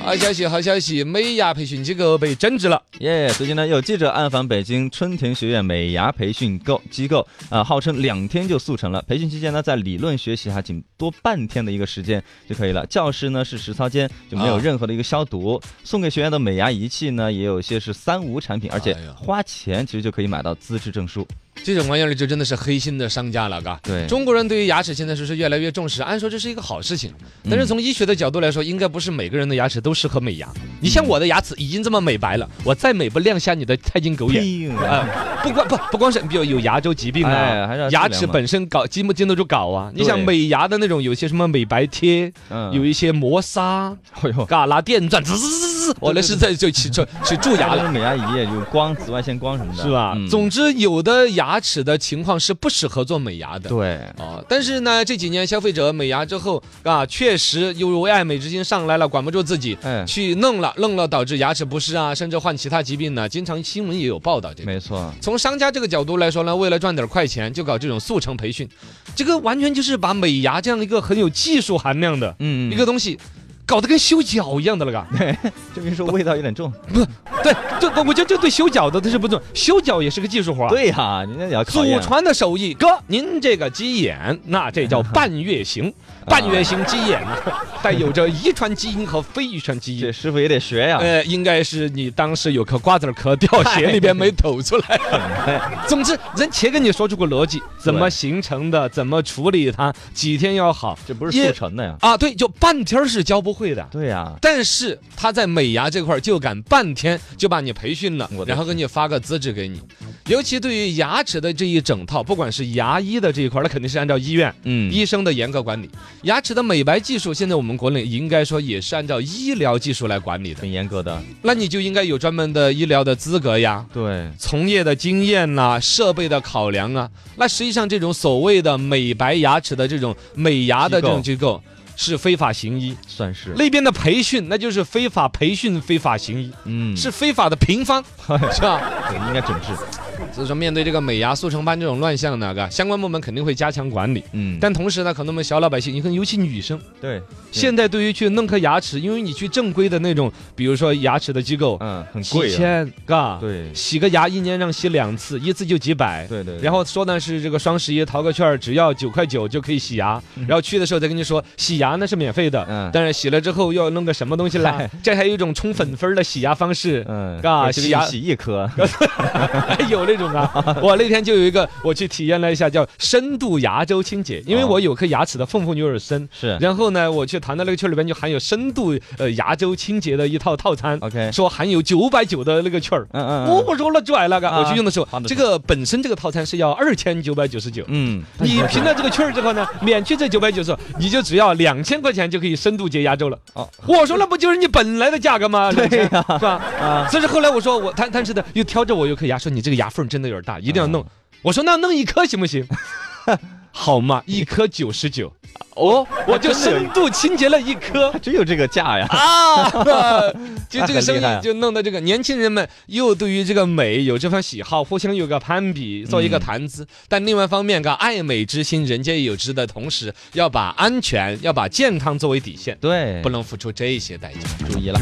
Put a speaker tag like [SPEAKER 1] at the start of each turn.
[SPEAKER 1] 好消息，好消息！美牙培训机构被整治了。
[SPEAKER 2] 耶最近呢，有记者暗访北京春田学院美牙培训构机构，啊，号称两天就速成了。培训期间呢，在理论学习还仅多半天的一个时间就可以了。教室呢是实操间，就没有
[SPEAKER 1] 啊
[SPEAKER 2] 任何的一个消毒。送给学员的美牙仪器呢，也有些是三无产品，而且
[SPEAKER 1] 哎呀
[SPEAKER 2] 花钱其实就可以买到资质证书。
[SPEAKER 1] 这种玩意儿就真的是黑心的商家了，嘎。
[SPEAKER 2] 对
[SPEAKER 1] 中国人对于牙齿现在说是越来越重视，按说这是一个好事情，
[SPEAKER 2] 嗯
[SPEAKER 1] 但是从医学的角度来说，应该不是每个人的牙齿都适合美牙。
[SPEAKER 2] 嗯
[SPEAKER 1] 你像我的牙齿已经这么美白了，我再美不亮瞎你的菜金狗眼。
[SPEAKER 2] 呸
[SPEAKER 1] 啊、不光不不光是比如有牙周疾病啊，
[SPEAKER 2] 哎还是要治疗
[SPEAKER 1] 牙
[SPEAKER 2] 嘛
[SPEAKER 1] 齿本身搞筋不筋斗就搞啊。你
[SPEAKER 2] 对
[SPEAKER 1] 想美牙的那种，有些什么美白贴，
[SPEAKER 2] 嗯
[SPEAKER 1] 有一些磨砂，
[SPEAKER 2] 哎呦，
[SPEAKER 1] 嘎拿电钻滋滋滋滋，我那是在就去去去蛀牙了。
[SPEAKER 2] 美牙仪也有光、紫外线光什么的，
[SPEAKER 1] 是吧？
[SPEAKER 2] 嗯
[SPEAKER 1] 总之，有的牙齿的情况是不适合做美牙的。
[SPEAKER 2] 对，
[SPEAKER 1] 哦，但是呢，这几年消费者美牙之后啊，确实由为爱美之心上来了，管不住自己，
[SPEAKER 2] 哎，
[SPEAKER 1] 去弄了，弄了导致牙齿不适啊，甚至患其他疾病呢。经常新闻也有报道这个。
[SPEAKER 2] 没错，
[SPEAKER 1] 从商家这个角度来说呢，为了赚点快钱，就搞这种速成培训，这个完全就是把美牙这样一个很有技术含量的
[SPEAKER 2] 嗯
[SPEAKER 1] 一个东西，搞得跟修脚一样的了，嘎。
[SPEAKER 2] 这边说味道有点重，
[SPEAKER 1] 对，这我我觉得这对修脚的它是不重要，修脚也是个技术活儿。
[SPEAKER 2] 对呀，人家也要考
[SPEAKER 1] 祖
[SPEAKER 2] 验，
[SPEAKER 1] 传的手艺，哥，您这个鸡眼，那这 叫半月形，半月形鸡眼呢， 带有着遗传基因和非遗传基
[SPEAKER 2] 这
[SPEAKER 1] 因。
[SPEAKER 2] 师傅也得学呀，
[SPEAKER 1] 呃，应该是你当时有颗瓜子儿壳掉鞋里边没抖出来。 总之，人前跟你说出过逻辑，怎么形成的，怎么处理它，几天要好
[SPEAKER 2] 这不是速成的呀。
[SPEAKER 1] 啊？对，就半天儿是教不会的。
[SPEAKER 2] 对呀、
[SPEAKER 1] 但是他在美牙这块儿就敢半天就把你培训了
[SPEAKER 2] 我，的
[SPEAKER 1] 然后给你发个资质给你。尤其对于牙齿的这一整套，不管是牙医的这一块儿，那肯定是按照医院
[SPEAKER 2] 嗯，
[SPEAKER 1] 医生的严格管理。牙齿的美白技术，现在我们国内应该说也是按照医疗技术来管理的，
[SPEAKER 2] 很严格的，
[SPEAKER 1] 那你就应该有专门的医疗的资格呀。
[SPEAKER 2] 对，
[SPEAKER 1] 从业的经验呐、设备的考量啊，那实际上这种所谓的美白牙齿的这种美牙的这种机构是非法行医，
[SPEAKER 2] 算是，
[SPEAKER 1] 那边的培训，那就是非法培训、非法行医，
[SPEAKER 2] 嗯，
[SPEAKER 1] 是非法的平 方，是吧？
[SPEAKER 2] 对应该整治，
[SPEAKER 1] 所以说，面对这个美牙速成班这种乱象呢，嘎，相关部门肯定会加强管理。
[SPEAKER 2] 嗯，
[SPEAKER 1] 但哦同时呢，可能我们小老百姓，你看，尤其女生，
[SPEAKER 2] 对，
[SPEAKER 1] 现在对于去弄颗牙齿，因为你去正规的那种，比如说牙齿的机构，
[SPEAKER 2] 嗯，很
[SPEAKER 1] 几
[SPEAKER 2] 贵、啊，
[SPEAKER 1] 千，嘎，
[SPEAKER 2] 对，
[SPEAKER 1] 洗个牙一年让洗两次，一次就几百。
[SPEAKER 2] 对对，
[SPEAKER 1] 然后说呢是这个双十一淘个券儿，只要九块九就可以洗牙，然后去的时候再跟你说洗牙那是免费的，
[SPEAKER 2] 嗯
[SPEAKER 1] 但是洗了之后要弄个什么东西来，这还有一种充粉粉儿的洗牙方 式。
[SPEAKER 2] 嗯，
[SPEAKER 1] 嘎
[SPEAKER 2] 而
[SPEAKER 1] 洗
[SPEAKER 2] 且给你
[SPEAKER 1] 牙
[SPEAKER 2] 洗 一颗，
[SPEAKER 1] 还有那种啊，我那天就有一个，我去体验了一下叫深度牙周清洁，因为
[SPEAKER 2] 哦嗯
[SPEAKER 1] 我有颗牙齿的缝缝有点深，
[SPEAKER 2] 是
[SPEAKER 1] 然后呢，我去谈到那个券儿里边就含有深度呃牙周清洁的一套套餐，
[SPEAKER 2] ，OK，
[SPEAKER 1] 说含有九百九的那个券儿。
[SPEAKER 2] 嗯嗯，
[SPEAKER 1] 哦，我揉了拽那个，
[SPEAKER 2] 啊
[SPEAKER 1] 我去用的时候
[SPEAKER 2] 花，得
[SPEAKER 1] 这个本身这个套餐是要二千九百九十九，
[SPEAKER 2] 嗯，
[SPEAKER 1] 你凭了这个券儿之后呢，免去这九百九十，你就只要两千块钱就可以深度洁牙周了。
[SPEAKER 2] 哦
[SPEAKER 1] 我说那不就是你本来的价格吗？对呀、是吧？
[SPEAKER 2] 啊，
[SPEAKER 1] 所以说后来我说我，他但是的又挑着我有颗牙，说你这个牙缝真的有点大，一定要
[SPEAKER 2] 啊
[SPEAKER 1] 弄。我说那弄一颗行不 行？好嘛，一颗九十九，
[SPEAKER 2] 哦，
[SPEAKER 1] 我就
[SPEAKER 2] 真的有
[SPEAKER 1] 深度清洁了一颗。
[SPEAKER 2] 只有这个价 呀，
[SPEAKER 1] 啊，就这个
[SPEAKER 2] 很
[SPEAKER 1] 生
[SPEAKER 2] 厉害
[SPEAKER 1] 意
[SPEAKER 2] 啊
[SPEAKER 1] 就弄得这个年轻人们又对于这个美有这番喜好，互相有个攀比，做一个
[SPEAKER 2] 嗯
[SPEAKER 1] 谈资。但另外一方面，个爱美之心，人皆有之的同时，要把安全、要把健康作为底线，
[SPEAKER 2] 对，
[SPEAKER 1] 不能付出这些代价。
[SPEAKER 2] 注意了。